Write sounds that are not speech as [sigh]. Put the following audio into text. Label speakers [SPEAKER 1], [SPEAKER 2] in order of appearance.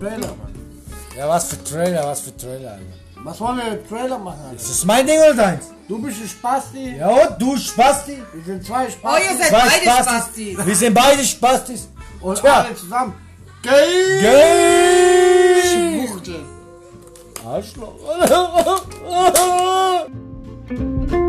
[SPEAKER 1] Trailer, Mann.
[SPEAKER 2] Ja, was für Trailer, was für Trailer, Alter.
[SPEAKER 1] Was wollen wir mit Trailer machen, Alter?
[SPEAKER 2] Ist das mein Ding oder deins?
[SPEAKER 1] Du bist ein Spasti,
[SPEAKER 2] Ja, und du Spasti?
[SPEAKER 1] wir sind zwei
[SPEAKER 3] Oh, ihr
[SPEAKER 1] Spasti
[SPEAKER 3] seid
[SPEAKER 2] Zwei
[SPEAKER 3] beide
[SPEAKER 2] Spastis.
[SPEAKER 3] Spastis.
[SPEAKER 2] Wir sind beide Spastis.
[SPEAKER 1] und
[SPEAKER 2] Tja.
[SPEAKER 1] alle zusammen. Gay!
[SPEAKER 2] Gay!
[SPEAKER 1] Wuchtel.
[SPEAKER 2] [laughs] Arschloch.